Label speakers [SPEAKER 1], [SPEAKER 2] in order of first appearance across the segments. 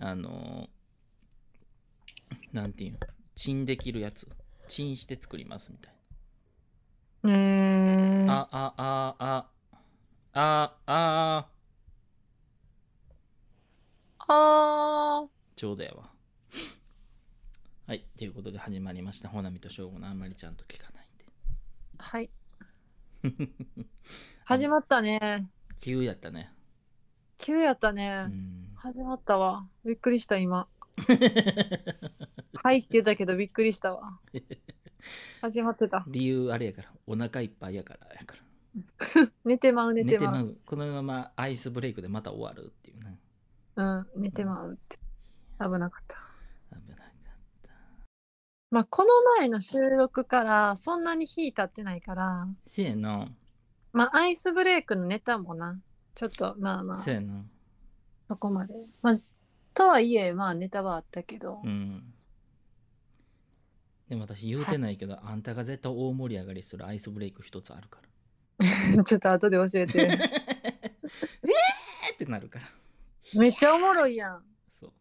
[SPEAKER 1] あのなんていうのチンできるやつチンして作りますみたい
[SPEAKER 2] えー、
[SPEAKER 1] な、あああああああ
[SPEAKER 2] あー
[SPEAKER 1] ちょうどやわはいということで始まりましたほなみとしょうごのあんまりちゃんと聞かない
[SPEAKER 2] はい
[SPEAKER 1] で
[SPEAKER 2] 始まったね
[SPEAKER 1] 急やったね
[SPEAKER 2] 急やった
[SPEAKER 1] う
[SPEAKER 2] ね、
[SPEAKER 1] ん
[SPEAKER 2] 始まったわびっくりした今はいって言ったけどびっくりした わ始まってた
[SPEAKER 1] 理由あれやからお腹いっぱいやからやから
[SPEAKER 2] 寝てまう寝
[SPEAKER 1] 寝
[SPEAKER 2] て
[SPEAKER 1] て
[SPEAKER 2] ま
[SPEAKER 1] ま
[SPEAKER 2] う
[SPEAKER 1] うこのままアイスブレイクでまた終わるっていうね
[SPEAKER 2] うん寝てまうって危なかった
[SPEAKER 1] 危なかった
[SPEAKER 2] まあこの前の収録からそんなに日経ってないから
[SPEAKER 1] せやな
[SPEAKER 2] まあアイスブレイクのネタもなちょっとまあまあ
[SPEAKER 1] せやな
[SPEAKER 2] そこまでまあとはいえまあネタはあったけど、
[SPEAKER 1] うんでも私言うてないけど、あんたが絶対大盛り上がりするアイスブレイク一つあるから
[SPEAKER 2] ちょっと後で教えて
[SPEAKER 1] え ーってなるから
[SPEAKER 2] めっちゃおもろいやん
[SPEAKER 1] そう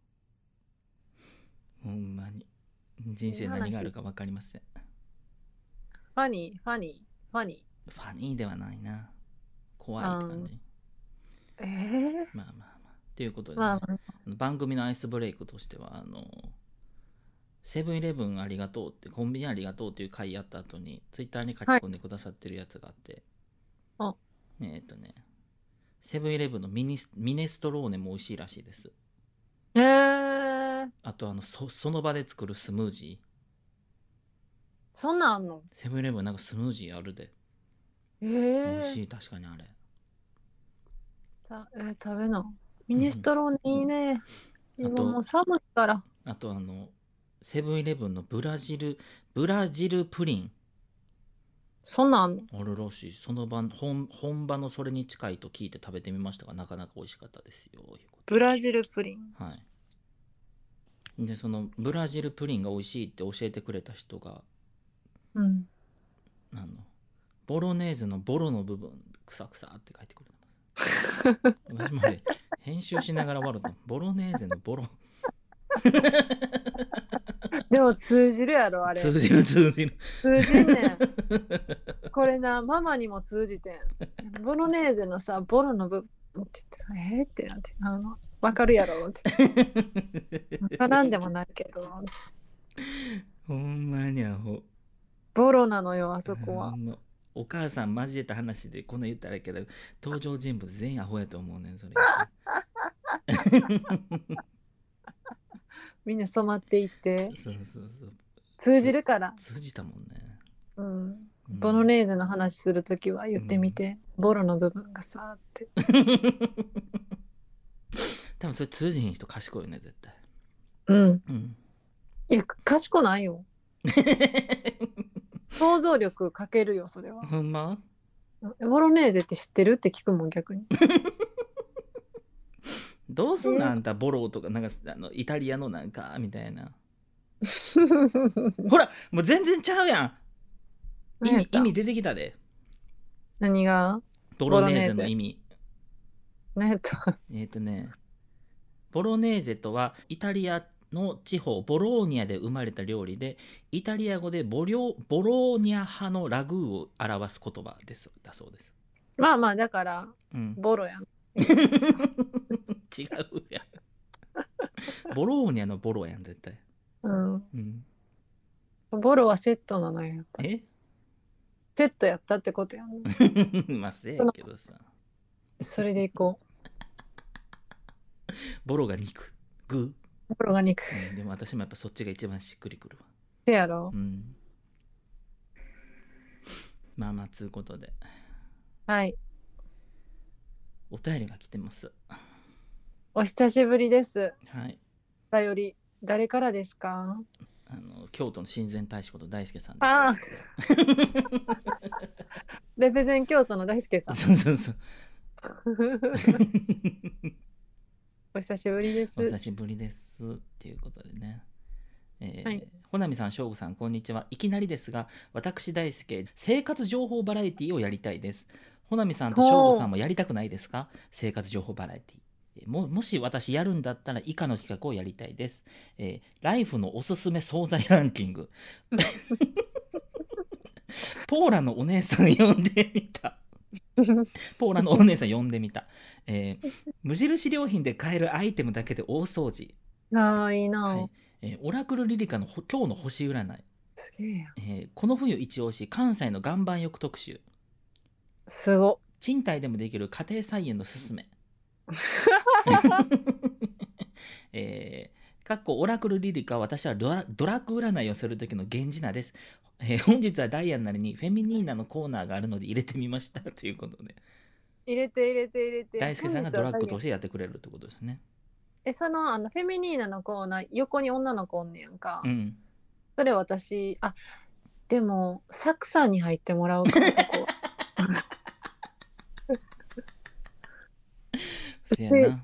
[SPEAKER 1] ほんまに人生何があるか分かりません
[SPEAKER 2] ファニーファニーファニ
[SPEAKER 1] ファニーではないな怖いって感じ
[SPEAKER 2] ーえ
[SPEAKER 1] まあまあまあということ
[SPEAKER 2] え
[SPEAKER 1] で、ね
[SPEAKER 2] まあまあ
[SPEAKER 1] あの番組のアイスブレイクとしてはあのセブンイレブンありがとうってコンビニありがとうっていう回やった後にツイッターに書き込んでくださってるやつがあって、
[SPEAKER 2] あ
[SPEAKER 1] ねえっとねセブンイレブンのミニスミネストローネも美味しいらしいです
[SPEAKER 2] えー、
[SPEAKER 1] あとあのそその場で作るスムージー
[SPEAKER 2] そんなんあんの
[SPEAKER 1] セブンイレブンなんかスムージーあるで
[SPEAKER 2] え
[SPEAKER 1] 美
[SPEAKER 2] え
[SPEAKER 1] 味しい確かにあれ
[SPEAKER 2] たえー食べなミネストローネいいね、
[SPEAKER 1] うんあ
[SPEAKER 2] 今
[SPEAKER 1] と
[SPEAKER 2] もう寒いから
[SPEAKER 1] あとあのセブンイレブンのブラジルブラジルプリン
[SPEAKER 2] そんなんあんの
[SPEAKER 1] あるらしいその場本本場のそれに近いと聞いて食べてみましたがなかなか美味しかったですよいうこ
[SPEAKER 2] ブラジルプリン
[SPEAKER 1] とはいでそのブラジルプリンが美味しいって教えてくれた人が
[SPEAKER 2] うん
[SPEAKER 1] あのボロネーゼのボロの部分クサクサって書いてくれてます私もあれ編集しながら笑ったボロネーゼのボロ
[SPEAKER 2] でも通じるやろあれ
[SPEAKER 1] 通じる通じる
[SPEAKER 2] 通じんね んこれなママにも通じてんボロネーゼのさボロの部分って言ってえー、ってなってあのわかるやろってわからんでもないけど
[SPEAKER 1] ほんまにアホ
[SPEAKER 2] ボロなのよあそこ
[SPEAKER 1] あ
[SPEAKER 2] は
[SPEAKER 1] のお母さん交えた話でこんなん言ったらあれやけど登場人物全員アホやと思うねんそれ
[SPEAKER 2] みんな染まっていって
[SPEAKER 1] そうそうそう
[SPEAKER 2] 通じるから、
[SPEAKER 1] 通じたもんね、
[SPEAKER 2] うん、
[SPEAKER 1] うん
[SPEAKER 2] ボロネーゼの話するときは言ってみて、ボロの部分がさーって
[SPEAKER 1] 多分それ通じひん人賢いよね絶対
[SPEAKER 2] うん
[SPEAKER 1] うん
[SPEAKER 2] いや賢ないよ想像力かけるよそれは
[SPEAKER 1] ほんま
[SPEAKER 2] ボロネーゼって知ってるって聞くもん 逆に
[SPEAKER 1] どうすんの
[SPEAKER 2] え
[SPEAKER 1] あんたボロとかなんかあのイタリアのなんかみたいなほらもう全然ちゃうやん意味意味出てきたで
[SPEAKER 2] 何が
[SPEAKER 1] ボ
[SPEAKER 2] ロ
[SPEAKER 1] ロ
[SPEAKER 2] ネーゼ
[SPEAKER 1] ネーゼの意味
[SPEAKER 2] 何やった
[SPEAKER 1] えっ、とねボロネーゼとはイタリアの地方ボローニャで生まれた料理でイタリア語でボリョボローニャ派のラグーを表す言葉ですだそうです、
[SPEAKER 2] まあまあだから
[SPEAKER 1] うん、
[SPEAKER 2] ボロやん
[SPEAKER 1] 違うやんボローニャのボロやん絶対、
[SPEAKER 2] うん
[SPEAKER 1] うん、
[SPEAKER 2] ボロはセットなのよ
[SPEAKER 1] え
[SPEAKER 2] セットやったってことやん
[SPEAKER 1] まあせやけどさ
[SPEAKER 2] それでいこ
[SPEAKER 1] ボロが肉グ
[SPEAKER 2] うボロが肉
[SPEAKER 1] ー、うん、でも私もやっぱそっちが一番しっくりくるわ
[SPEAKER 2] せやろ
[SPEAKER 1] うんまあまあつうことで
[SPEAKER 2] はい
[SPEAKER 1] お便りが来てます
[SPEAKER 2] お久しぶりです
[SPEAKER 1] はい
[SPEAKER 2] だより誰からですか
[SPEAKER 1] あの京都の親善大使こと大輔さんです
[SPEAKER 2] ああ レペゼン京都の大輔さん
[SPEAKER 1] そうそう そう
[SPEAKER 2] お久しぶりです
[SPEAKER 1] お久しぶりですっていうことでね。えー
[SPEAKER 2] はい
[SPEAKER 1] ほなみさん、しょうごさん、こんにちは。いきなりですが、私大輔、生活情報バラエティをやりたいです。ほなみさんとしょうごさんもやりたくないですか生活情報バラエティ。えーももし私やるんだったら以下の企画をやりたいです、えーライフのおすすめ惣菜ランキン グポーラのお姉さん呼んでみたポーラのお姉さん呼んでみた、えー無印良品で買えるアイテムだけで大掃除、
[SPEAKER 2] ああいいな、
[SPEAKER 1] はいえーオラクルリリカのほ今日の星占い、
[SPEAKER 2] すげえやん
[SPEAKER 1] えーこの冬一押し関西の岩盤浴特集
[SPEAKER 2] すご
[SPEAKER 1] 賃貸でもできる家庭菜園のすすめ。えー、かっこオラクルリリカ私はドラドラッグ占いをする時の源氏名です。えー本日はダイアンなりにフェミニーナのコーナーがあるので入れてみましたということで
[SPEAKER 2] 入れて入れて入れて
[SPEAKER 1] 大輔さんがドラッグとし
[SPEAKER 2] し
[SPEAKER 1] てやってくれるってことですね。
[SPEAKER 2] えそのあのフェミニーナのコーナー横に女の子おんねやんか、
[SPEAKER 1] うん、
[SPEAKER 2] それ私あでもサクさんに入ってもらうからそ こ
[SPEAKER 1] せやな。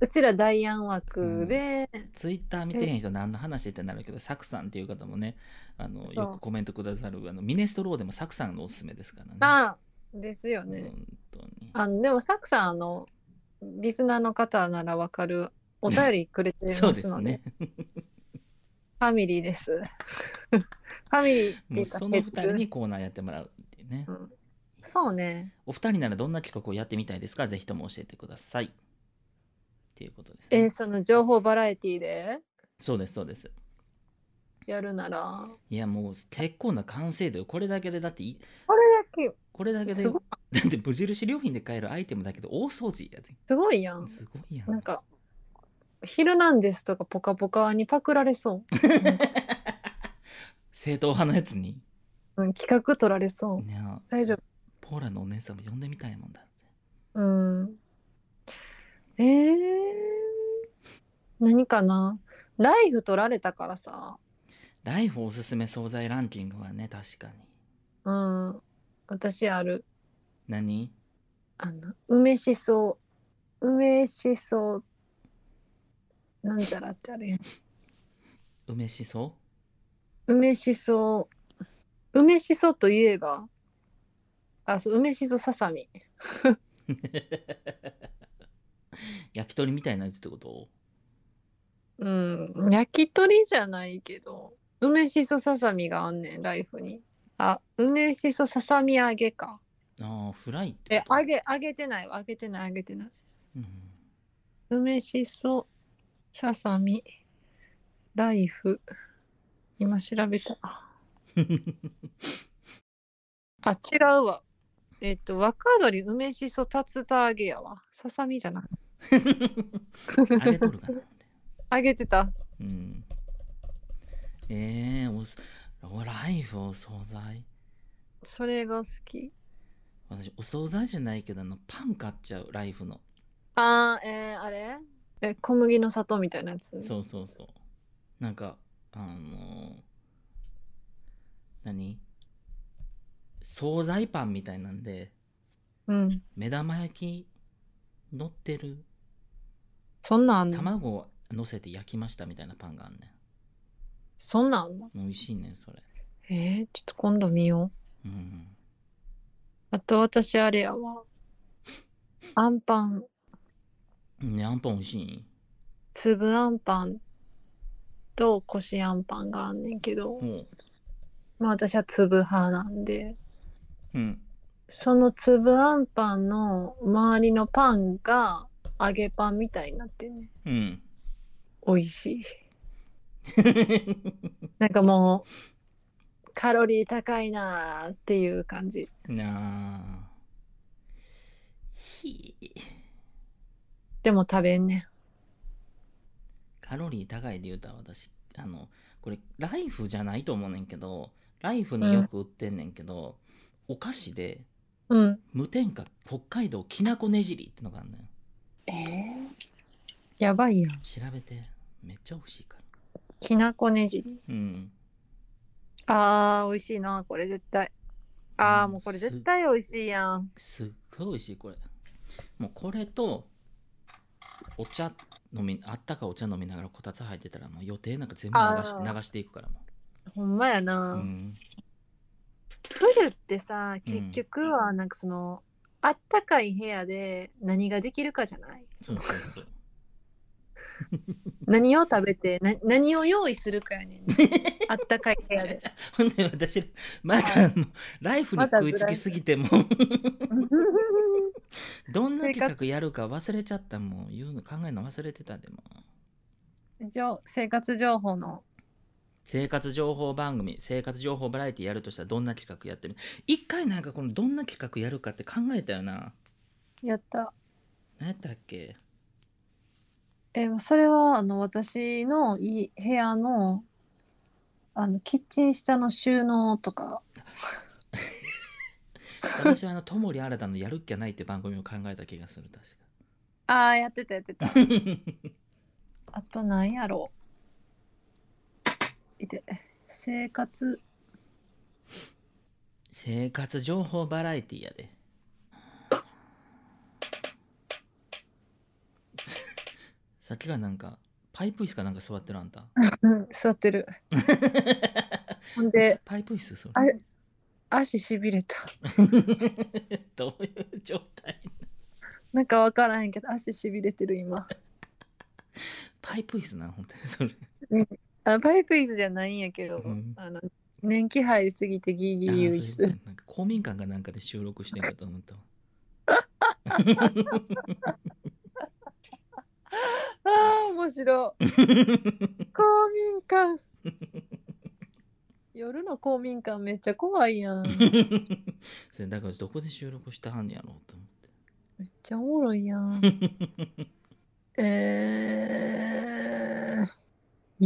[SPEAKER 2] うちらダイアン枠で、
[SPEAKER 1] ツイッター見てへん人何の話ってなるけどサクさんっていう方もねあのよくコメントくださるあのミネストローでもサクさんのおすすめですからね。
[SPEAKER 2] あですよね、
[SPEAKER 1] 本当に
[SPEAKER 2] あのでもサクさんあのリスナーの方ならわかるお便りくれてま
[SPEAKER 1] そうですす
[SPEAKER 2] ので
[SPEAKER 1] ね。
[SPEAKER 2] ファミリーです。 ファミリーって
[SPEAKER 1] も
[SPEAKER 2] いううか
[SPEAKER 1] その2人
[SPEAKER 2] 別
[SPEAKER 1] にコーナーやってもらうっていうね、
[SPEAKER 2] うんそうね。
[SPEAKER 1] お二人ならどんな企画をやってみたいですかぜひとも教えてくださいっていうことです、ね
[SPEAKER 2] えーその情報バラエティで
[SPEAKER 1] そうですそうです
[SPEAKER 2] やるなら。
[SPEAKER 1] いやもう結構な完成度よこれだけでだってい
[SPEAKER 2] これだ
[SPEAKER 1] これだけで
[SPEAKER 2] け
[SPEAKER 1] すだ
[SPEAKER 2] ご
[SPEAKER 1] って無印良品で買えるアイテムだけど大掃除やです
[SPEAKER 2] ごいやん。
[SPEAKER 1] すごいやん
[SPEAKER 2] なんか、ヒルナンデスとかポカポカにパクられそ
[SPEAKER 1] 正統派のやつに
[SPEAKER 2] う。うん、企画取られそう。
[SPEAKER 1] ねえ
[SPEAKER 2] 大丈夫。
[SPEAKER 1] ポーラのお姉さんも呼んでみたいもんだって
[SPEAKER 2] うん。えー、何かなライフ取られたからさ。
[SPEAKER 1] ライフおすすめ惣菜ランキングはね確かに
[SPEAKER 2] うん。私ある。
[SPEAKER 1] 何
[SPEAKER 2] あの梅しそ梅しそなんちゃらってあるやん
[SPEAKER 1] 梅しそ
[SPEAKER 2] 梅しそ梅しそといえばあそう梅しそささみ
[SPEAKER 1] 焼き鳥みたいなやつってこと
[SPEAKER 2] うん焼き鳥じゃないけど梅しそささみがあんねんライフにあ梅しそささみ揚げか
[SPEAKER 1] ああフライって
[SPEAKER 2] え揚げ揚げてないわ揚げてない揚げてない
[SPEAKER 1] うん
[SPEAKER 2] 梅しそささみライフ今調べたあ、違うわ。えっ、と、若鶏、梅しそ、竜田揚げやわ。ささみじゃ なく
[SPEAKER 1] あれ取るかな。
[SPEAKER 2] 揚げてた。
[SPEAKER 1] うん。ええー、おす、おライフお惣菜。
[SPEAKER 2] それが好き。
[SPEAKER 1] 私、お惣菜じゃないけど、あの、パン買っちゃう、ライフの。
[SPEAKER 2] あー、えー、あれえ、小麦の砂糖みたいなやつ。
[SPEAKER 1] そうそうそう。なんか、あのー何惣菜パンみたいなんで、
[SPEAKER 2] うん。
[SPEAKER 1] 目玉焼き乗ってる、
[SPEAKER 2] そんなんあんの
[SPEAKER 1] 卵を乗せて焼きましたみたいなパンがあんね
[SPEAKER 2] そんなんあんの
[SPEAKER 1] ん。美味しいねん、それ。
[SPEAKER 2] えー、ちょっと今度見よう。
[SPEAKER 1] うん。
[SPEAKER 2] あと、私、あれやわ。あんパン、
[SPEAKER 1] ね、あんパン美味しい
[SPEAKER 2] 粒あんパンとこしあんパンがあんねんけど、
[SPEAKER 1] も
[SPEAKER 2] まあ私は粒派なんで、
[SPEAKER 1] う。うん。
[SPEAKER 2] その粒あんパンの周りのパンが揚げパンみたいになってね
[SPEAKER 1] うん。
[SPEAKER 2] 美味しいなんかもうカロリー高いなーっていう感じ
[SPEAKER 1] なあ。ひー
[SPEAKER 2] でも食べんね
[SPEAKER 1] カロリー高いで言うたら私、あの、これ、ライフじゃないと思うねんけど、ライフによく売ってんねんけど、お菓子で、
[SPEAKER 2] んうん
[SPEAKER 1] 無添加、北海道きなこねじりってのがあるのよ。
[SPEAKER 2] えー、やばいやん
[SPEAKER 1] 調べて、めっちゃ美味しいから。
[SPEAKER 2] きなこねじり
[SPEAKER 1] うん。
[SPEAKER 2] あー美味しいなこれ絶対
[SPEAKER 1] う
[SPEAKER 2] あー
[SPEAKER 1] ん
[SPEAKER 2] もうこれ絶対美味しいやん
[SPEAKER 1] すっごい美味しい、これ。もうこれと、お茶飲み、あったかいお茶飲みながらこたつ入ってたら、もう予定なんか全部流し
[SPEAKER 2] あ
[SPEAKER 1] て
[SPEAKER 2] ー
[SPEAKER 1] 流していくからも
[SPEAKER 2] ほんまやな、
[SPEAKER 1] う。うん。
[SPEAKER 2] フルってさ結局はなんかその、あったかい部屋で何ができるかじゃない
[SPEAKER 1] そうそうそう。
[SPEAKER 2] 何を食べてな何を用意するかやね んあったかい部屋で
[SPEAKER 1] ほんで私またあのライフに食いつきすぎてもうどんな企画やるか忘れちゃったもん言うの考えるの忘れてたでも
[SPEAKER 2] じょ生活情報の
[SPEAKER 1] 生活情報番組生活情報バラエティやるとしたらどんな企画やってみ一回なんかこのどんな企画やるかって考えたよな
[SPEAKER 2] やった
[SPEAKER 1] 何やったっけ
[SPEAKER 2] えーそれはあの私のい部屋のあのキッチン下の収納とか
[SPEAKER 1] 私はあの「ともり新たのやるっきゃない」って番組を考えた気がする確か
[SPEAKER 2] ああやってたやって たあと何やろういて生活
[SPEAKER 1] 生活情報バラエティやで さっきはなんかパイプ椅子かなんか座ってるあんた
[SPEAKER 2] うん座ってるほんで
[SPEAKER 1] パイプ椅子それ
[SPEAKER 2] あ足しびれた
[SPEAKER 1] どういう状態
[SPEAKER 2] なんかわからへんけど足しびれてる今
[SPEAKER 1] パイプ椅子な本当にそれ
[SPEAKER 2] あパイプ椅子じゃないんやけど、
[SPEAKER 1] うん
[SPEAKER 2] あの年季入りすぎてギーギー言う
[SPEAKER 1] あーそうい
[SPEAKER 2] 椅
[SPEAKER 1] うこと
[SPEAKER 2] 子
[SPEAKER 1] なんか公民館かなんかで収録してんかと思った わ
[SPEAKER 2] ああ面白 い公民館夜の公民館めっちゃ怖 いやん
[SPEAKER 1] それだからどこで収録したはんやろうと思って
[SPEAKER 2] めっちゃおもろいやんえー、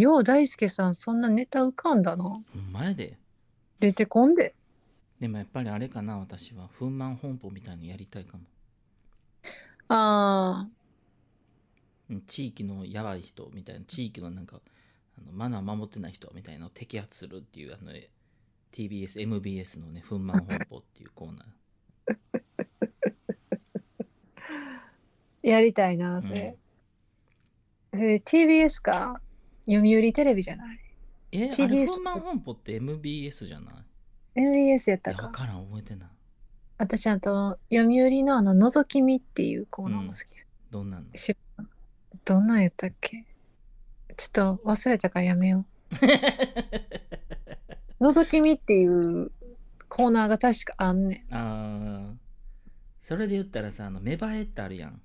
[SPEAKER 2] よう大輔さんそんなネタ浮かんだな
[SPEAKER 1] ほんまやで
[SPEAKER 2] 出てこんで
[SPEAKER 1] でもやっぱりあれかな私は憤満本舗みたいにやりたいかも
[SPEAKER 2] ああ
[SPEAKER 1] うん地域のやばい人みたいな地域のなんかあのマナー守ってない人みたいなのを摘発するっていうあのえ TBSMBS のね「憤満本舗」っていうコーナー
[SPEAKER 2] やりたいなそれ、それ TBS か読売テレビじゃない
[SPEAKER 1] えあれ
[SPEAKER 2] TBS
[SPEAKER 1] 憤満本舗って MBS じゃない
[SPEAKER 2] MBS やっ
[SPEAKER 1] い
[SPEAKER 2] た
[SPEAKER 1] や
[SPEAKER 2] か
[SPEAKER 1] 分からん覚えてない
[SPEAKER 2] 私あと読売のあの「のぞき見」っていうコーナーも好き、
[SPEAKER 1] どんなんの
[SPEAKER 2] どんなんやったっけちょっと忘れたからやめよう。覗き見っていうコーナーが確かあんね ん。
[SPEAKER 1] あーそれで言ったらさあの芽生えってあるやん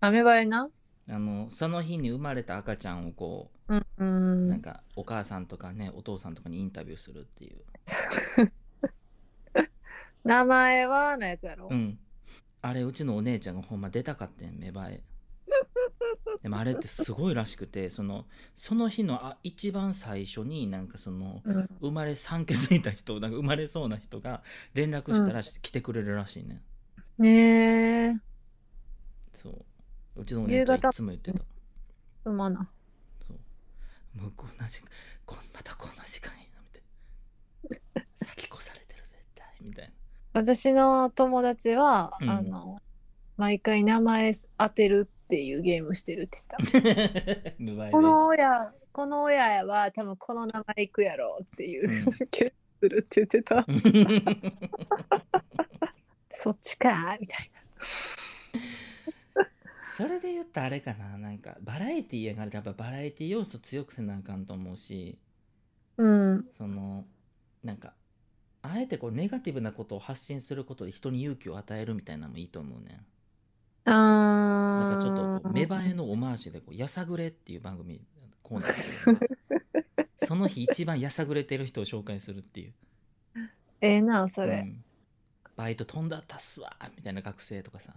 [SPEAKER 2] アメバエな。
[SPEAKER 1] あのその日に生まれた赤ちゃんをこ
[SPEAKER 2] うん。う
[SPEAKER 1] う、なん
[SPEAKER 2] ん
[SPEAKER 1] かお母さんとかねお父さんとかにインタビューするっていう
[SPEAKER 2] 名前はのやつやろ。
[SPEAKER 1] うんあれうちのお姉ちゃんがほんま出たかってん芽生えでもあれってすごいらしくてそのその日のあ一番最初になんかその
[SPEAKER 2] うん
[SPEAKER 1] 生まれ産気づいた人なんか生まれそうな人が連絡したらし、来てくれるらしいね
[SPEAKER 2] ねえ、
[SPEAKER 1] そううちのお姉ちゃんい
[SPEAKER 2] 夕方
[SPEAKER 1] つも言ってた
[SPEAKER 2] 馬な。
[SPEAKER 1] そうもうこんな時間こんまたこんな時間やなみたいな先越されてる絶対みたいな
[SPEAKER 2] 私の友達は、
[SPEAKER 1] うん
[SPEAKER 2] あの、毎回名前当てるっていうゲームしてるって言って
[SPEAKER 1] 無敗
[SPEAKER 2] た。
[SPEAKER 1] で
[SPEAKER 2] この親、この親は多分この名前いくやろうっていう、
[SPEAKER 1] うん
[SPEAKER 2] 決するって言ってた。そっちかみたいな。
[SPEAKER 1] それで言ったらあれかななんかバラエティーやからやっぱバラエティー要素強くせなあかんと思うし
[SPEAKER 2] うん。
[SPEAKER 1] そのなんかあえてこうネガティブなことを発信することで人に勇気を与えるみたいなのもいいと思うね
[SPEAKER 2] あ
[SPEAKER 1] なん
[SPEAKER 2] あ。
[SPEAKER 1] かちょっとこう芽生えのオマージュでこう「やさぐれ」っていう番組コーナーでその日一番やさぐれてる人を紹介するっていう
[SPEAKER 2] ええなそ
[SPEAKER 1] う
[SPEAKER 2] れ、
[SPEAKER 1] んバイト飛んだったっすわみたいな学生と かさ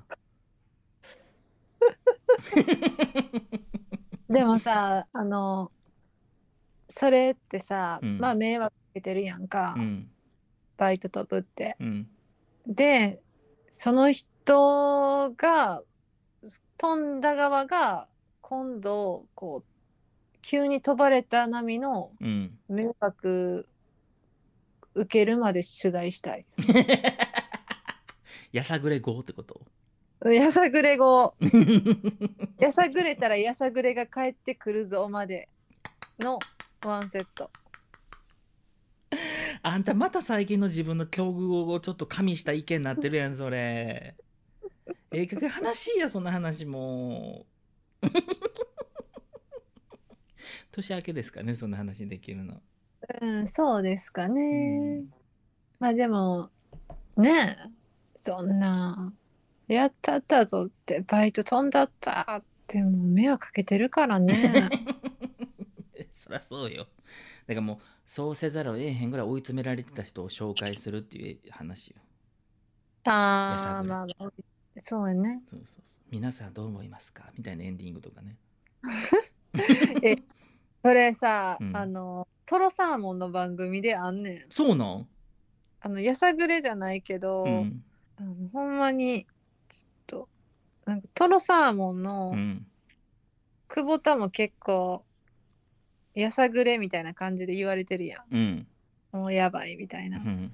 [SPEAKER 2] でもさあのそれってさ、
[SPEAKER 1] うん
[SPEAKER 2] まあ迷惑かけてるやんか、
[SPEAKER 1] うん
[SPEAKER 2] バイト飛ぶって
[SPEAKER 1] うん
[SPEAKER 2] でその人が飛んだ側が今度こう急に飛ばれた波の
[SPEAKER 1] うん
[SPEAKER 2] 迷惑受けるまで取材したい
[SPEAKER 1] やさぐれ号ってこと
[SPEAKER 2] やさぐれ後やさぐれたらやさぐれが帰ってくるぞまでのワンセット
[SPEAKER 1] あんたまた最近の自分の境遇をちょっと加味した意見になってるやんそれええかく話やそんな話もう年明けですかねそんな話できるの、
[SPEAKER 2] うん、そうですかね。
[SPEAKER 1] うん
[SPEAKER 2] まあでもねえそんなやったったぞってバイト飛んだったってもう迷惑かけてるから ね
[SPEAKER 1] そりゃそうよだからもうそうせざるをええへんぐらい追い詰められてた人を紹介するっていう話よや
[SPEAKER 2] あ
[SPEAKER 1] さ
[SPEAKER 2] あ
[SPEAKER 1] ぐれ
[SPEAKER 2] まあまあそうやね
[SPEAKER 1] そうそうそう皆さんどう思いますかみたいなエンディングとかね
[SPEAKER 2] えそれさ、
[SPEAKER 1] うん
[SPEAKER 2] あのトロサーモンの番組であんねん
[SPEAKER 1] そうなん
[SPEAKER 2] あのやさぐれじゃないけど、
[SPEAKER 1] うん
[SPEAKER 2] あのほんまにちょっとなんかトロサーモンの
[SPEAKER 1] うん
[SPEAKER 2] 久保田も結構やさぐれみたいな感じで言われてるや
[SPEAKER 1] うん
[SPEAKER 2] んもうやばいみたいうな、
[SPEAKER 1] ん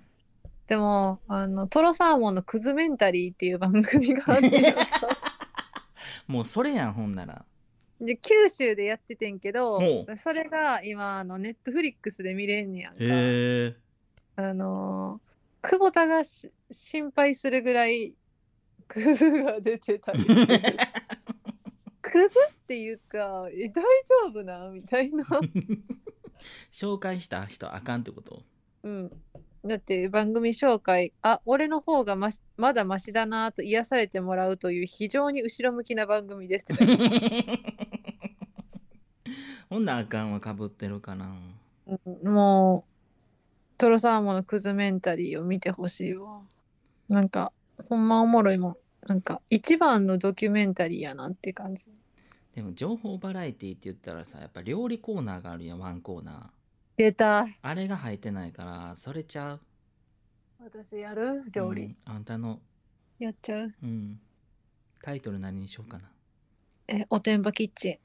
[SPEAKER 2] でもあのトロサーモンのクズメンタリーっていう番組があって
[SPEAKER 1] もうそれやんほんなら
[SPEAKER 2] で九州でやっててんけど
[SPEAKER 1] ほ
[SPEAKER 2] それが今あのネットフリックスで見れんねやんか、
[SPEAKER 1] へえ
[SPEAKER 2] あのー久保田がし心配するぐらいクズが出てたりクズっていうかえ大丈夫なみたいな、
[SPEAKER 1] 紹介した人あかんって こと
[SPEAKER 2] うん、だって番組紹介あ俺の方がましまだマシだなと癒されてもらうという非常に後ろ向きな番組ですって書 いてある
[SPEAKER 1] ほんならあかんはかぶってるかな
[SPEAKER 2] うんもうトロサーモンのクズメンタリーを見てほしいわなんかほんまおもろいもんなんか一番のドキュメンタリーやなって感じ
[SPEAKER 1] でも情報バラエティって言ったらさやっぱ料理コーナーがあるやんワンコーナ
[SPEAKER 2] 出た
[SPEAKER 1] ーあれが入ってないからそれちゃう
[SPEAKER 2] 私やる料理、
[SPEAKER 1] うんあんたの
[SPEAKER 2] やっちゃう
[SPEAKER 1] うんタイトル何にしようかな
[SPEAKER 2] えおてんばキッチン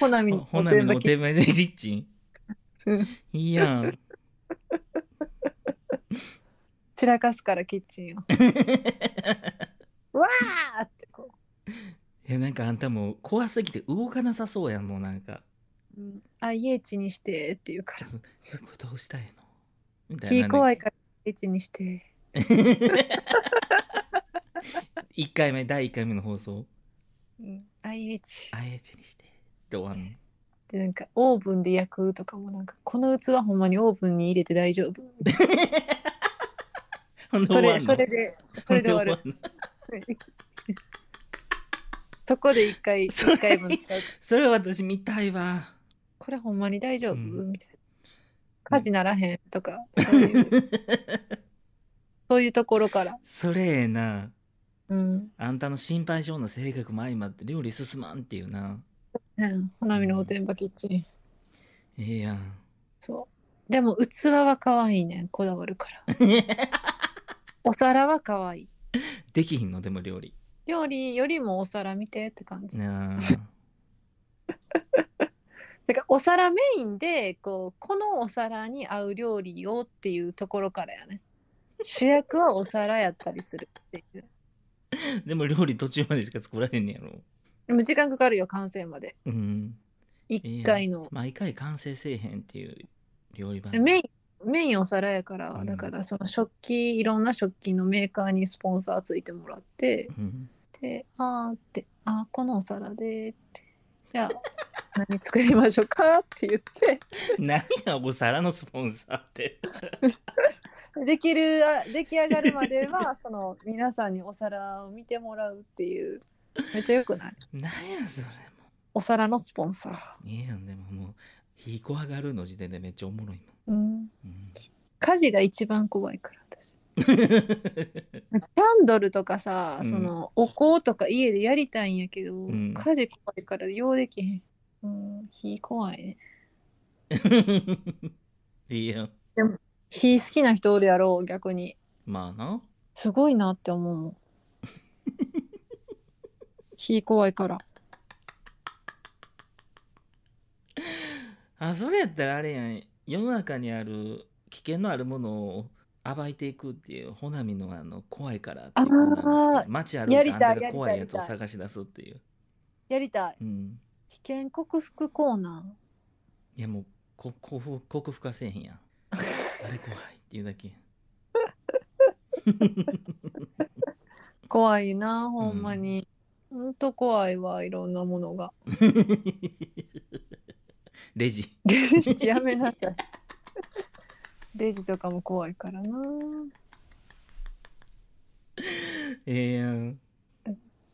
[SPEAKER 2] ほなみ
[SPEAKER 1] ほ
[SPEAKER 2] の
[SPEAKER 1] ほなみのお手前でキッチン
[SPEAKER 2] うん
[SPEAKER 1] いいや ん
[SPEAKER 2] 散らかすからキッチンをわーってこ
[SPEAKER 1] いやなんかあんたもう怖すぎて動かなさそうやんもうなんか
[SPEAKER 2] う、うん、IH にしてって言うから
[SPEAKER 1] えこれどうしたいのみたいな、
[SPEAKER 2] 気怖いから IH にして
[SPEAKER 1] 1回目第1回目の放送
[SPEAKER 2] うん、IH
[SPEAKER 1] あえちにしてって終わんの
[SPEAKER 2] でなんかオーブンで焼くとかもなんかこの器ほんまにオーブンに入れて大 丈夫みたい
[SPEAKER 1] ほんで
[SPEAKER 2] なそ
[SPEAKER 1] 終わ
[SPEAKER 2] れ
[SPEAKER 1] んの
[SPEAKER 2] それでそれで終わる
[SPEAKER 1] ほんの
[SPEAKER 2] そこで一回
[SPEAKER 1] それ
[SPEAKER 2] 一回分使う
[SPEAKER 1] それ私見たいわ
[SPEAKER 2] これほんまに大丈夫、
[SPEAKER 1] うん
[SPEAKER 2] みたいな火事ならへんとか、そういうそういうところから
[SPEAKER 1] それええな
[SPEAKER 2] うん、
[SPEAKER 1] あんたの心配性の性格も相まって料理進まんっていうな
[SPEAKER 2] うん、花見のおてんばキッチン、
[SPEAKER 1] ええやん
[SPEAKER 2] そうでも器は可愛いねんこだわるからお皿は可愛い
[SPEAKER 1] できひんのでも料理
[SPEAKER 2] 料理よりもお皿見てって感じ、
[SPEAKER 1] なあ
[SPEAKER 2] だからお皿メインでこうこのお皿に合う料理をっていうところからやね主役はお皿やったりするっていう
[SPEAKER 1] でも料理途中までしか作らへんねやろ
[SPEAKER 2] でも時間かかるよ完成まで
[SPEAKER 1] うん
[SPEAKER 2] 1回の、
[SPEAKER 1] 毎回完成せえへんっていう料理番
[SPEAKER 2] メインメインお皿やから、
[SPEAKER 1] うん
[SPEAKER 2] だからその食器いろんな食器のメーカーにスポンサーついてもらって
[SPEAKER 1] うん
[SPEAKER 2] であーってあーこのお皿でってじ ゃあ何作りましょうかって言って
[SPEAKER 1] 何やお皿のスポンサーって
[SPEAKER 2] できるあ出来上がるまでは その皆さんにお皿を見てもらうっていうめっちゃよくない
[SPEAKER 1] 何やそれも
[SPEAKER 2] お皿のスポンサー、
[SPEAKER 1] ういいやんでももう火怖がるの時点でめっちゃおもろいもん
[SPEAKER 2] うん、
[SPEAKER 1] うん
[SPEAKER 2] 家事が一番怖いから私キャンドルとかさ、
[SPEAKER 1] うん
[SPEAKER 2] そのお香とか家でやりたいんやけど、
[SPEAKER 1] ん
[SPEAKER 2] 家事怖いからようできへん、うん、火怖いね
[SPEAKER 1] いいやん
[SPEAKER 2] 火好きな人おるやろう逆に
[SPEAKER 1] まあな
[SPEAKER 2] すごいなって思うもん 火怖いから
[SPEAKER 1] あそれやったらあれやん世の中にある危険のあるものを暴いていくっていうほなみのあの怖いからっていうコーナーなんですけど街歩い
[SPEAKER 2] や
[SPEAKER 1] て
[SPEAKER 2] り
[SPEAKER 1] あん
[SPEAKER 2] たい
[SPEAKER 1] たが怖いやつを
[SPEAKER 2] やりたい
[SPEAKER 1] 探し出すっていう、
[SPEAKER 2] やりたい
[SPEAKER 1] うん、
[SPEAKER 2] 危険克服コーナ
[SPEAKER 1] いやもうこ克服克服はせえへんやんあれ怖いっていうだけやん
[SPEAKER 2] 怖いなほんまに、ほんと怖いわいろんなも のが
[SPEAKER 1] レジ。
[SPEAKER 2] レジやめなさいレジとかも怖いからな
[SPEAKER 1] ええやん。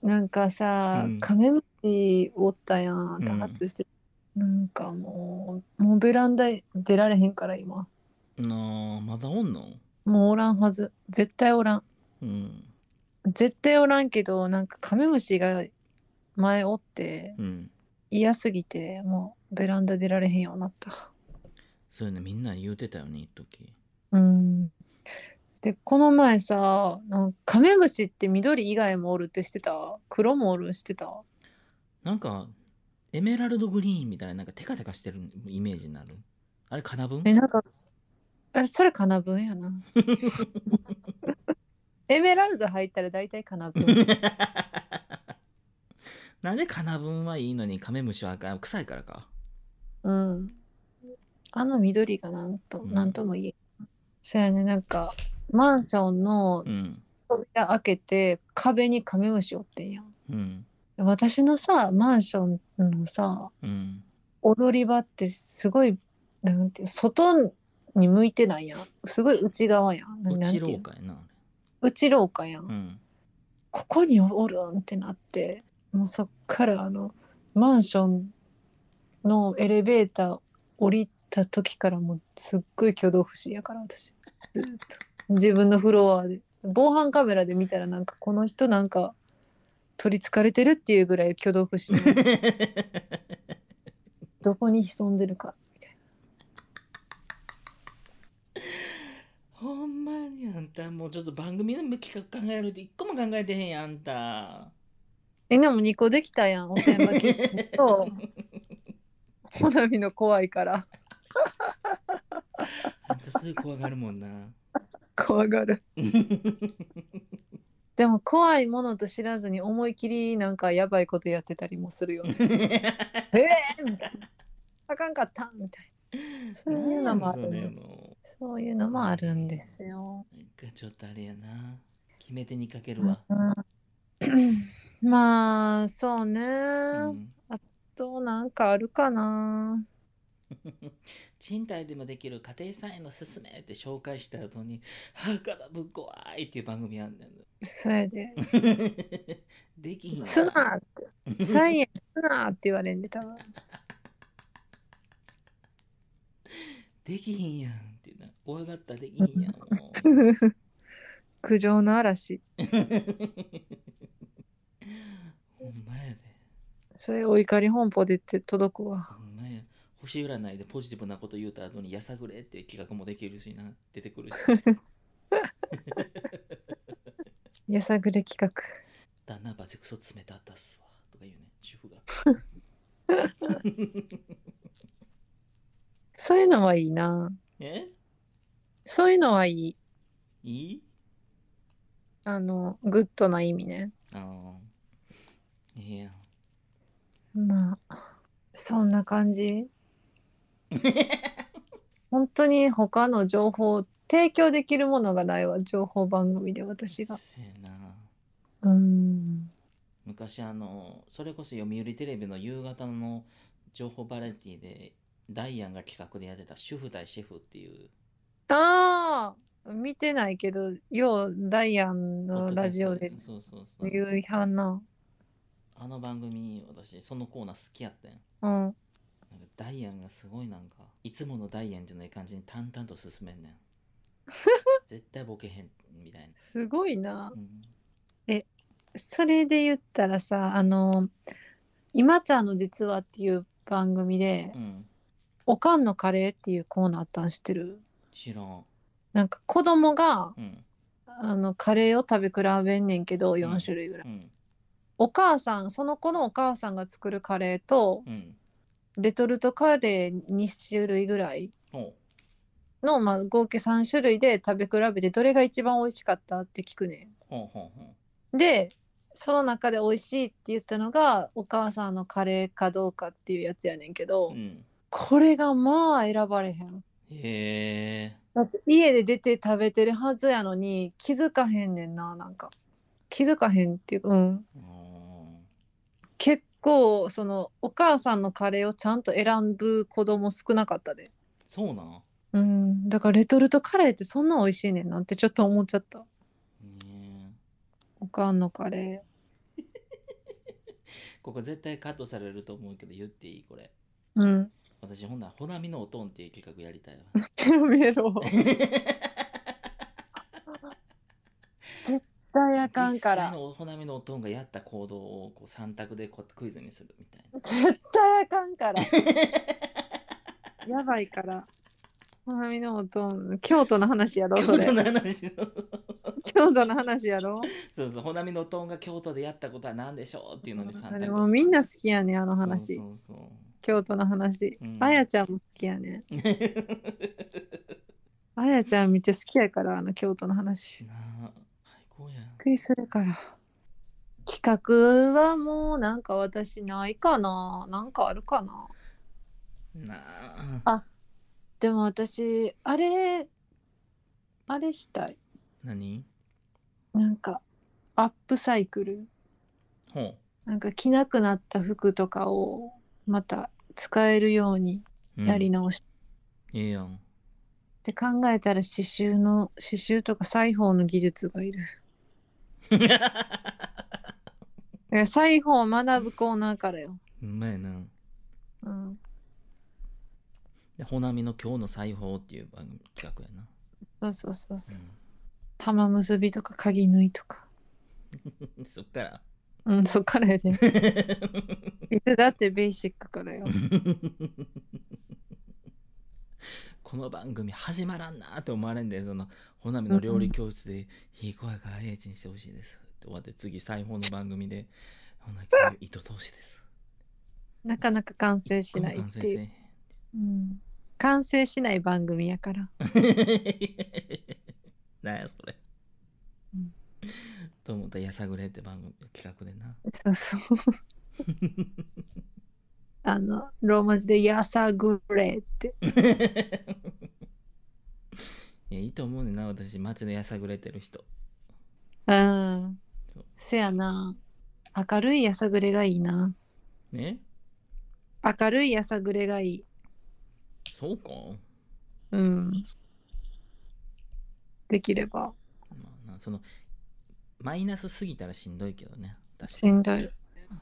[SPEAKER 2] なんかさ、
[SPEAKER 1] うん
[SPEAKER 2] カメムシおったや
[SPEAKER 1] うん
[SPEAKER 2] ん多発して、なんかもうもうベランダ出られへんから今
[SPEAKER 1] なあ、まだおんの
[SPEAKER 2] もうおらんはず絶対おらん
[SPEAKER 1] うん。
[SPEAKER 2] 絶対おらんけどなんかカメムシが前おって
[SPEAKER 1] うん。
[SPEAKER 2] 嫌すぎてもうベランダ出られへんようになった
[SPEAKER 1] そういうのみんな言うてたよね、一時。
[SPEAKER 2] うんでこの前さなんかカメムシって緑以外もおるってしてた黒もおるんしてた
[SPEAKER 1] なんか、エメラルドグリーンみたいな、なんかテカテカしてるイメージになる。あれ、カナブン
[SPEAKER 2] えなんかあれそれかな分やなエメラルド入ったら大体かな分
[SPEAKER 1] なんでカナブンはいいのにカメムシはあかん臭いからか。
[SPEAKER 2] うんあの緑がなんと、
[SPEAKER 1] うん
[SPEAKER 2] なんとも言えんそうやねなんかマンションの
[SPEAKER 1] うん。
[SPEAKER 2] 扉開けて壁にカメムシおってんやん
[SPEAKER 1] うん。
[SPEAKER 2] 私のさマンションのさ
[SPEAKER 1] うん。
[SPEAKER 2] 踊り場ってすごいなんていう外に向いてないやんすごい内側やんななんて
[SPEAKER 1] 内
[SPEAKER 2] いう
[SPEAKER 1] 廊
[SPEAKER 2] の
[SPEAKER 1] 下やな。
[SPEAKER 2] 内廊下やん、
[SPEAKER 1] うん。
[SPEAKER 2] ここにおるんってなってもうそっからあのマンションのエレベーター降りた時からもうすっごい挙動不審やから私ずっと自分のフロアで防犯カメラで見たらなんかこの人なんか取りつかれてるっていうぐらい挙動不審どこに潜んでるかみたい
[SPEAKER 1] ほんまにあんたもうちょっと番組の企画考えるって一個も考えてへんやんあんた。
[SPEAKER 2] なえでも2個できたやんおてんばキッチンとほなみの怖いから
[SPEAKER 1] あんたすぐ怖がるもん な。
[SPEAKER 2] 怖が る
[SPEAKER 1] うん
[SPEAKER 2] でも怖いものと知らずに思い切りなんかやばいことやってたりもする よね。ええみたいな。あかんかったみたいな。そういうのもある
[SPEAKER 1] なん
[SPEAKER 2] ん
[SPEAKER 1] やそれ
[SPEAKER 2] で
[SPEAKER 1] も
[SPEAKER 2] す。そういうのもあるんですよ。
[SPEAKER 1] う。なんかちょっとあれやな。決め手にかけるわ。
[SPEAKER 2] うんまあそうね、
[SPEAKER 1] うん、
[SPEAKER 2] どうなんかあるかな。
[SPEAKER 1] 賃貸でもできる家庭菜園のすすめって紹介した後に「はあからぶ怖い」っていう番組あんね ん
[SPEAKER 2] それで
[SPEAKER 1] でき
[SPEAKER 2] 「
[SPEAKER 1] ひんわ
[SPEAKER 2] すな!」って「サイエンスすな!」って言われんで多分。
[SPEAKER 1] できひんやんっていうな怖がったらできひんや んもう
[SPEAKER 2] 苦情の嵐。
[SPEAKER 1] ほんまやで
[SPEAKER 2] それお怒り本舗でって届くわ。
[SPEAKER 1] ほんまや星占いでポジティブなこと言うた後にやさぐれっていう企画もできるしな出てく るし
[SPEAKER 2] やさぐれ企画。
[SPEAKER 1] 旦那バチクソ冷たったっすわとか言うね主婦が
[SPEAKER 2] そういうのはいいな。
[SPEAKER 1] え
[SPEAKER 2] そういうのはいい。
[SPEAKER 1] いい
[SPEAKER 2] あの、グッドな意味ね。
[SPEAKER 1] ああいや
[SPEAKER 2] まあ、そんな感 じ。本当に他の情報を提供できるものがないわ、情報番組で私が。
[SPEAKER 1] せやな
[SPEAKER 2] うん。
[SPEAKER 1] 昔あのそれこそ読売テレビの夕方の情報バラエティでダイアンが企画でやってた「主婦対シェフ」っていう
[SPEAKER 2] ああ見てないけど、ようダイアン
[SPEAKER 1] ポッ
[SPEAKER 2] の
[SPEAKER 1] ドキャスト
[SPEAKER 2] ラジオで
[SPEAKER 1] そうそうそう
[SPEAKER 2] 言うはんな。
[SPEAKER 1] あの番組私そのコーナー好きやったん
[SPEAKER 2] うん。
[SPEAKER 1] なんかダイアンがすごいなんかいつものダイアンじゃない感じに淡々と進め んねん絶対ボケへんみたい
[SPEAKER 2] すごいな
[SPEAKER 1] な、う。ん、
[SPEAKER 2] それで言ったらさ、あの、今ちゃんの実はっていう番組で
[SPEAKER 1] う、ん、
[SPEAKER 2] おかんのカレーっていうコーナーあったん知ってる
[SPEAKER 1] 知らん
[SPEAKER 2] なんか子供が
[SPEAKER 1] うん
[SPEAKER 2] あのカレーを食べ比べんねんけど
[SPEAKER 1] ん
[SPEAKER 2] 4種類ぐらい、
[SPEAKER 1] うん
[SPEAKER 2] お母さんその子のお母さんが作るカレーと
[SPEAKER 1] うん
[SPEAKER 2] レトルトカレー2種類ぐらい
[SPEAKER 1] おう
[SPEAKER 2] の、まあ、合計3種類で食べ比べてどれが一番美味しかったって聞くね
[SPEAKER 1] ほうほうほ
[SPEAKER 2] んでその中で美味しいって言ったのがお母さんのカレーかどうかっていうやつやねんけど、
[SPEAKER 1] ううん
[SPEAKER 2] これがまあ選ばれへん
[SPEAKER 1] へえ
[SPEAKER 2] だって家で出て食べてるはずやのに気づかへんねんななんか気づかへんっていううん
[SPEAKER 1] あー
[SPEAKER 2] 結構そのお母さんのカレーをちゃんと選ぶ子供少なかったで
[SPEAKER 1] そうなん
[SPEAKER 2] うんだからレトルトカレーってそんな美味しいねんなってちょっと思っちゃった
[SPEAKER 1] ね
[SPEAKER 2] おかんのカレ
[SPEAKER 1] えここ絶対カットされると思うけど言っていいこれ
[SPEAKER 2] ーうん
[SPEAKER 1] 私ほんなら「ほなみのおとん」っていう企画やりたいわ
[SPEAKER 2] やめろ大やかん
[SPEAKER 1] 実
[SPEAKER 2] か
[SPEAKER 1] 際
[SPEAKER 2] ら
[SPEAKER 1] のほなみのおとんがやった行動をこう3択でこうクイズにするみたいな
[SPEAKER 2] 絶対あかんから やばいからほなみのおとん京都の話やろそ
[SPEAKER 1] 京
[SPEAKER 2] れ
[SPEAKER 1] 都の話そう
[SPEAKER 2] 京都の話やろ
[SPEAKER 1] そうそうほなみのおとんが京都でやったことは何でしょうっていうのに3
[SPEAKER 2] あれ
[SPEAKER 1] 択
[SPEAKER 2] もうみんな好きやねあの話
[SPEAKER 1] そうそうそう
[SPEAKER 2] 京都の話、
[SPEAKER 1] うん
[SPEAKER 2] あやちゃんも好きやねあやちゃんめっちゃ好きやからあの京都の 話
[SPEAKER 1] なあ最高やん
[SPEAKER 2] びっくりするから企画はもうなんか私ないかななんかあるかな
[SPEAKER 1] なあ
[SPEAKER 2] あでも私あれあれしたい
[SPEAKER 1] 何
[SPEAKER 2] なんかアップサイクル
[SPEAKER 1] ほう
[SPEAKER 2] なんか着なくなった服とかをまた使えるように
[SPEAKER 1] うん
[SPEAKER 2] やり直し
[SPEAKER 1] ええやん
[SPEAKER 2] て考えたら刺繍の刺繍とか裁縫の技術がいるだから裁縫を学ぶコーナーからよ、
[SPEAKER 1] うまいな
[SPEAKER 2] うん、
[SPEAKER 1] でほなみの今日の裁縫っていう番組企画やな、
[SPEAKER 2] そうそうそうそう玉結びとか鍵縫いとか
[SPEAKER 1] うん そっから
[SPEAKER 2] うんそっから やでいつだってベーシックからよ
[SPEAKER 1] この番組始まらんなと思われんでそのほなみの料理教室で「いい子やから英知にしてほしいです」って終わって次裁縫の番組で「ほなみの糸通しです
[SPEAKER 2] なかなか完」成し
[SPEAKER 1] この
[SPEAKER 2] ないっ
[SPEAKER 1] 完成
[SPEAKER 2] て
[SPEAKER 1] せ
[SPEAKER 2] い
[SPEAKER 1] え
[SPEAKER 2] う、
[SPEAKER 1] へん
[SPEAKER 2] うん、完成しない番組やから
[SPEAKER 1] なんやそれ、
[SPEAKER 2] うん
[SPEAKER 1] と思ったら「やさぐれ」って番組企画でな
[SPEAKER 2] そうそうあのローマ字で「やさぐれ」って
[SPEAKER 1] いやいいと思うねんな私街でやさぐれてる人
[SPEAKER 2] うん
[SPEAKER 1] そう
[SPEAKER 2] せやな明るいやさぐれがいいな
[SPEAKER 1] ね
[SPEAKER 2] 明るいやさぐれがいい
[SPEAKER 1] そうか
[SPEAKER 2] うんできれば
[SPEAKER 1] まあなそのマイナスすぎたらしんどいけどね確か
[SPEAKER 2] しんどい
[SPEAKER 1] に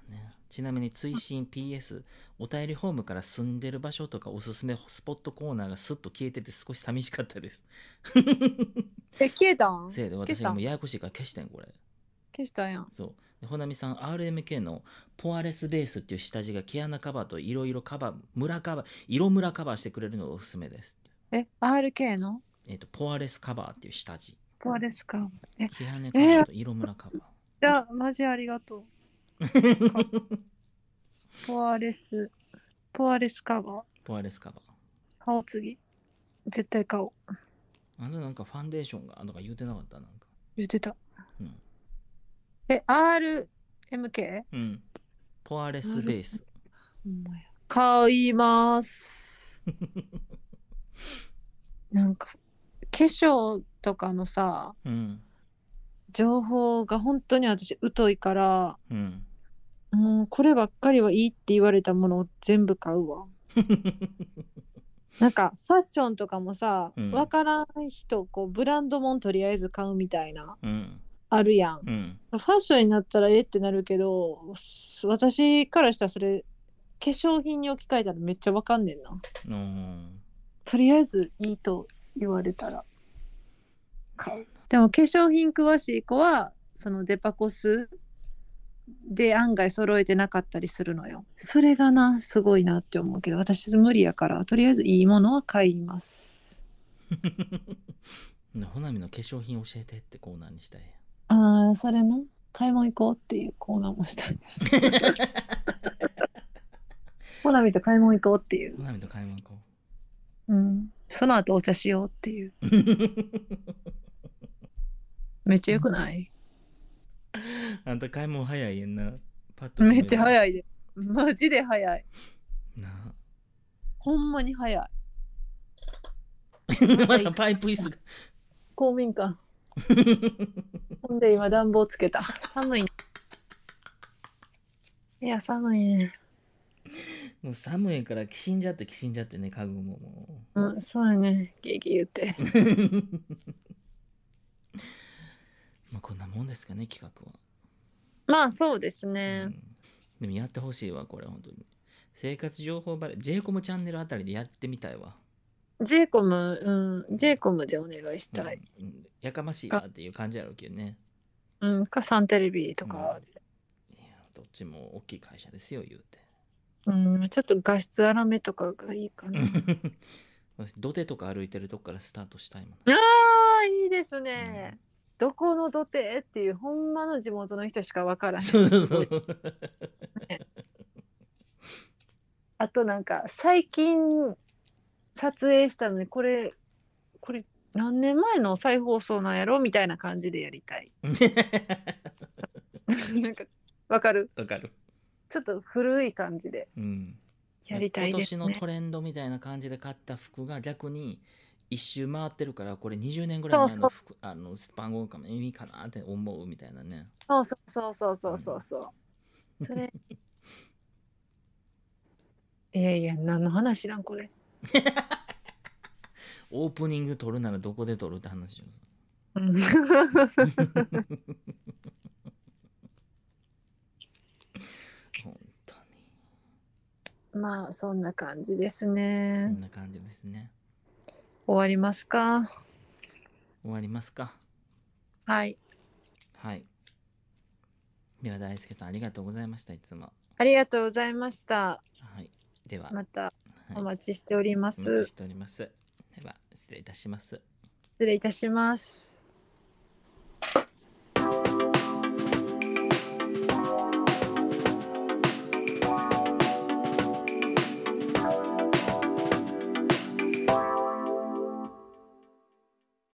[SPEAKER 1] ねちなみに追伸 PS お便りホームから住んでる場所とかおすすめスポットコーナーがスッと消えてて少し寂しかったです
[SPEAKER 2] え消えたん
[SPEAKER 1] せいで私がもうややこしいから消してんこれ
[SPEAKER 2] 消したんやん
[SPEAKER 1] そうでほなみさん RMK のポアレスベースっていう下地が毛穴カバーといろいろカバームラカバー色ムラカバーしてくれるのがおすすめです
[SPEAKER 2] え RK の
[SPEAKER 1] えっ、とポアレスカバーっていう下地
[SPEAKER 2] これですか
[SPEAKER 1] 毛穴カバーと色ムラカバー、
[SPEAKER 2] じゃあマジありがとう ポアレスポアレスカバ
[SPEAKER 1] ポアレスカバー
[SPEAKER 2] ー買おう次絶対買おう
[SPEAKER 1] あのなんかファンデーションがとか言うてなかったなんか。
[SPEAKER 2] 言ってた、
[SPEAKER 1] うん
[SPEAKER 2] え RMK?
[SPEAKER 1] うん。ポアレスベース。
[SPEAKER 2] ほんまや買 います。なんか化粧とかのさ
[SPEAKER 1] うん。
[SPEAKER 2] 情報が本当に私疎いから
[SPEAKER 1] うん。
[SPEAKER 2] もうこればっかりはいいって言われたものを全部買うわ。なんかファッションとかもさ、
[SPEAKER 1] うん
[SPEAKER 2] わからん人こうブランドもんとりあえず買うみたいな
[SPEAKER 1] うん。
[SPEAKER 2] あるやん。
[SPEAKER 1] うん。
[SPEAKER 2] ファッションになったらえってなるけどす私からしたらそれ化粧品に置き換えたらめっちゃわかんねんな。
[SPEAKER 1] おー
[SPEAKER 2] とりあえずいいと言われたら買うでも化粧品詳しい子はそのデパコスで案外揃えてなかったりするのよそれがなすごいなって思うけど私無理やからとりあえずいいものは買います
[SPEAKER 1] なほなみの化粧品教えてってコーナーにしたい
[SPEAKER 2] あーそれな買い物行こうっていうコーナーもした いほなみと買い物行こうってい
[SPEAKER 1] や。
[SPEAKER 2] うん
[SPEAKER 1] ほ、なみと買い物行こ
[SPEAKER 2] うん、その後お茶しようっていう
[SPEAKER 1] う。
[SPEAKER 2] めっちゃよくない、
[SPEAKER 1] あんた買い物早いやんな。パッ
[SPEAKER 2] めっち
[SPEAKER 1] い。
[SPEAKER 2] ゃ早いでマジで早い
[SPEAKER 1] なあ
[SPEAKER 2] ほんまに早 い。
[SPEAKER 1] またパイプ椅子が
[SPEAKER 2] 公民館ほんで今暖房つけた寒いいや寒いね
[SPEAKER 1] もう寒いからきしんじゃってきしんじゃってね家具ももう
[SPEAKER 2] うんそうやねゲーゲー言って
[SPEAKER 1] まあこんなもんですかね企画は、
[SPEAKER 2] まあそうですね、
[SPEAKER 1] うんでもやってほしいわこれ本当に生活情報バレ j コムチャンネルあたりでやってみたいわ、
[SPEAKER 2] ジェイコム、うん、ジェイコムでお願いし
[SPEAKER 1] うん
[SPEAKER 2] たい。
[SPEAKER 1] うんやかましいわっていう感じやろうけどね
[SPEAKER 2] うん、か、サンテレビとかで。
[SPEAKER 1] いやどっちも大きい会社ですよ言うて
[SPEAKER 2] うん、ちょっと画質荒めとかがいいかな。
[SPEAKER 1] 私土手とか歩いてるとこからスタートしたいもん
[SPEAKER 2] ああ、いいですね。どこの土手っていう、ほんまの地元の人しかわからへん。
[SPEAKER 1] そうそうそう
[SPEAKER 2] あとなんか、最近撮影したのに、これ、これ、何年前の再放送なんやろみたいな感じでやりたい。 なんか、わかる
[SPEAKER 1] わかる、
[SPEAKER 2] ちょっと古い感じで
[SPEAKER 1] うん、
[SPEAKER 2] やりたいです、ね。
[SPEAKER 1] 今年のトレンドみたいな感じで買った服が逆に一周回ってるからこれ20年ぐらい前の服あのスパンゴンかもいいかなって思うみたいなね
[SPEAKER 2] そうそうそうそうそうそうそう。それ。 いやいや、何の話なんこれ。
[SPEAKER 1] オープニング撮るならどこで撮るって話よ
[SPEAKER 2] うん
[SPEAKER 1] 本当に
[SPEAKER 2] まあ、そんな感じです
[SPEAKER 1] こ
[SPEAKER 2] ね
[SPEAKER 1] ん。な感じですね
[SPEAKER 2] 終わりますか。
[SPEAKER 1] 終わりますか
[SPEAKER 2] はい。
[SPEAKER 1] はいでは大輔さんありがとうございましたいつも
[SPEAKER 2] ありがとうございました。
[SPEAKER 1] はいでは、
[SPEAKER 2] またお
[SPEAKER 1] はい
[SPEAKER 2] 待ちしており
[SPEAKER 1] お
[SPEAKER 2] ま
[SPEAKER 1] 待
[SPEAKER 2] す
[SPEAKER 1] ちし。ておりますでは失礼いたします
[SPEAKER 2] 失礼いたします。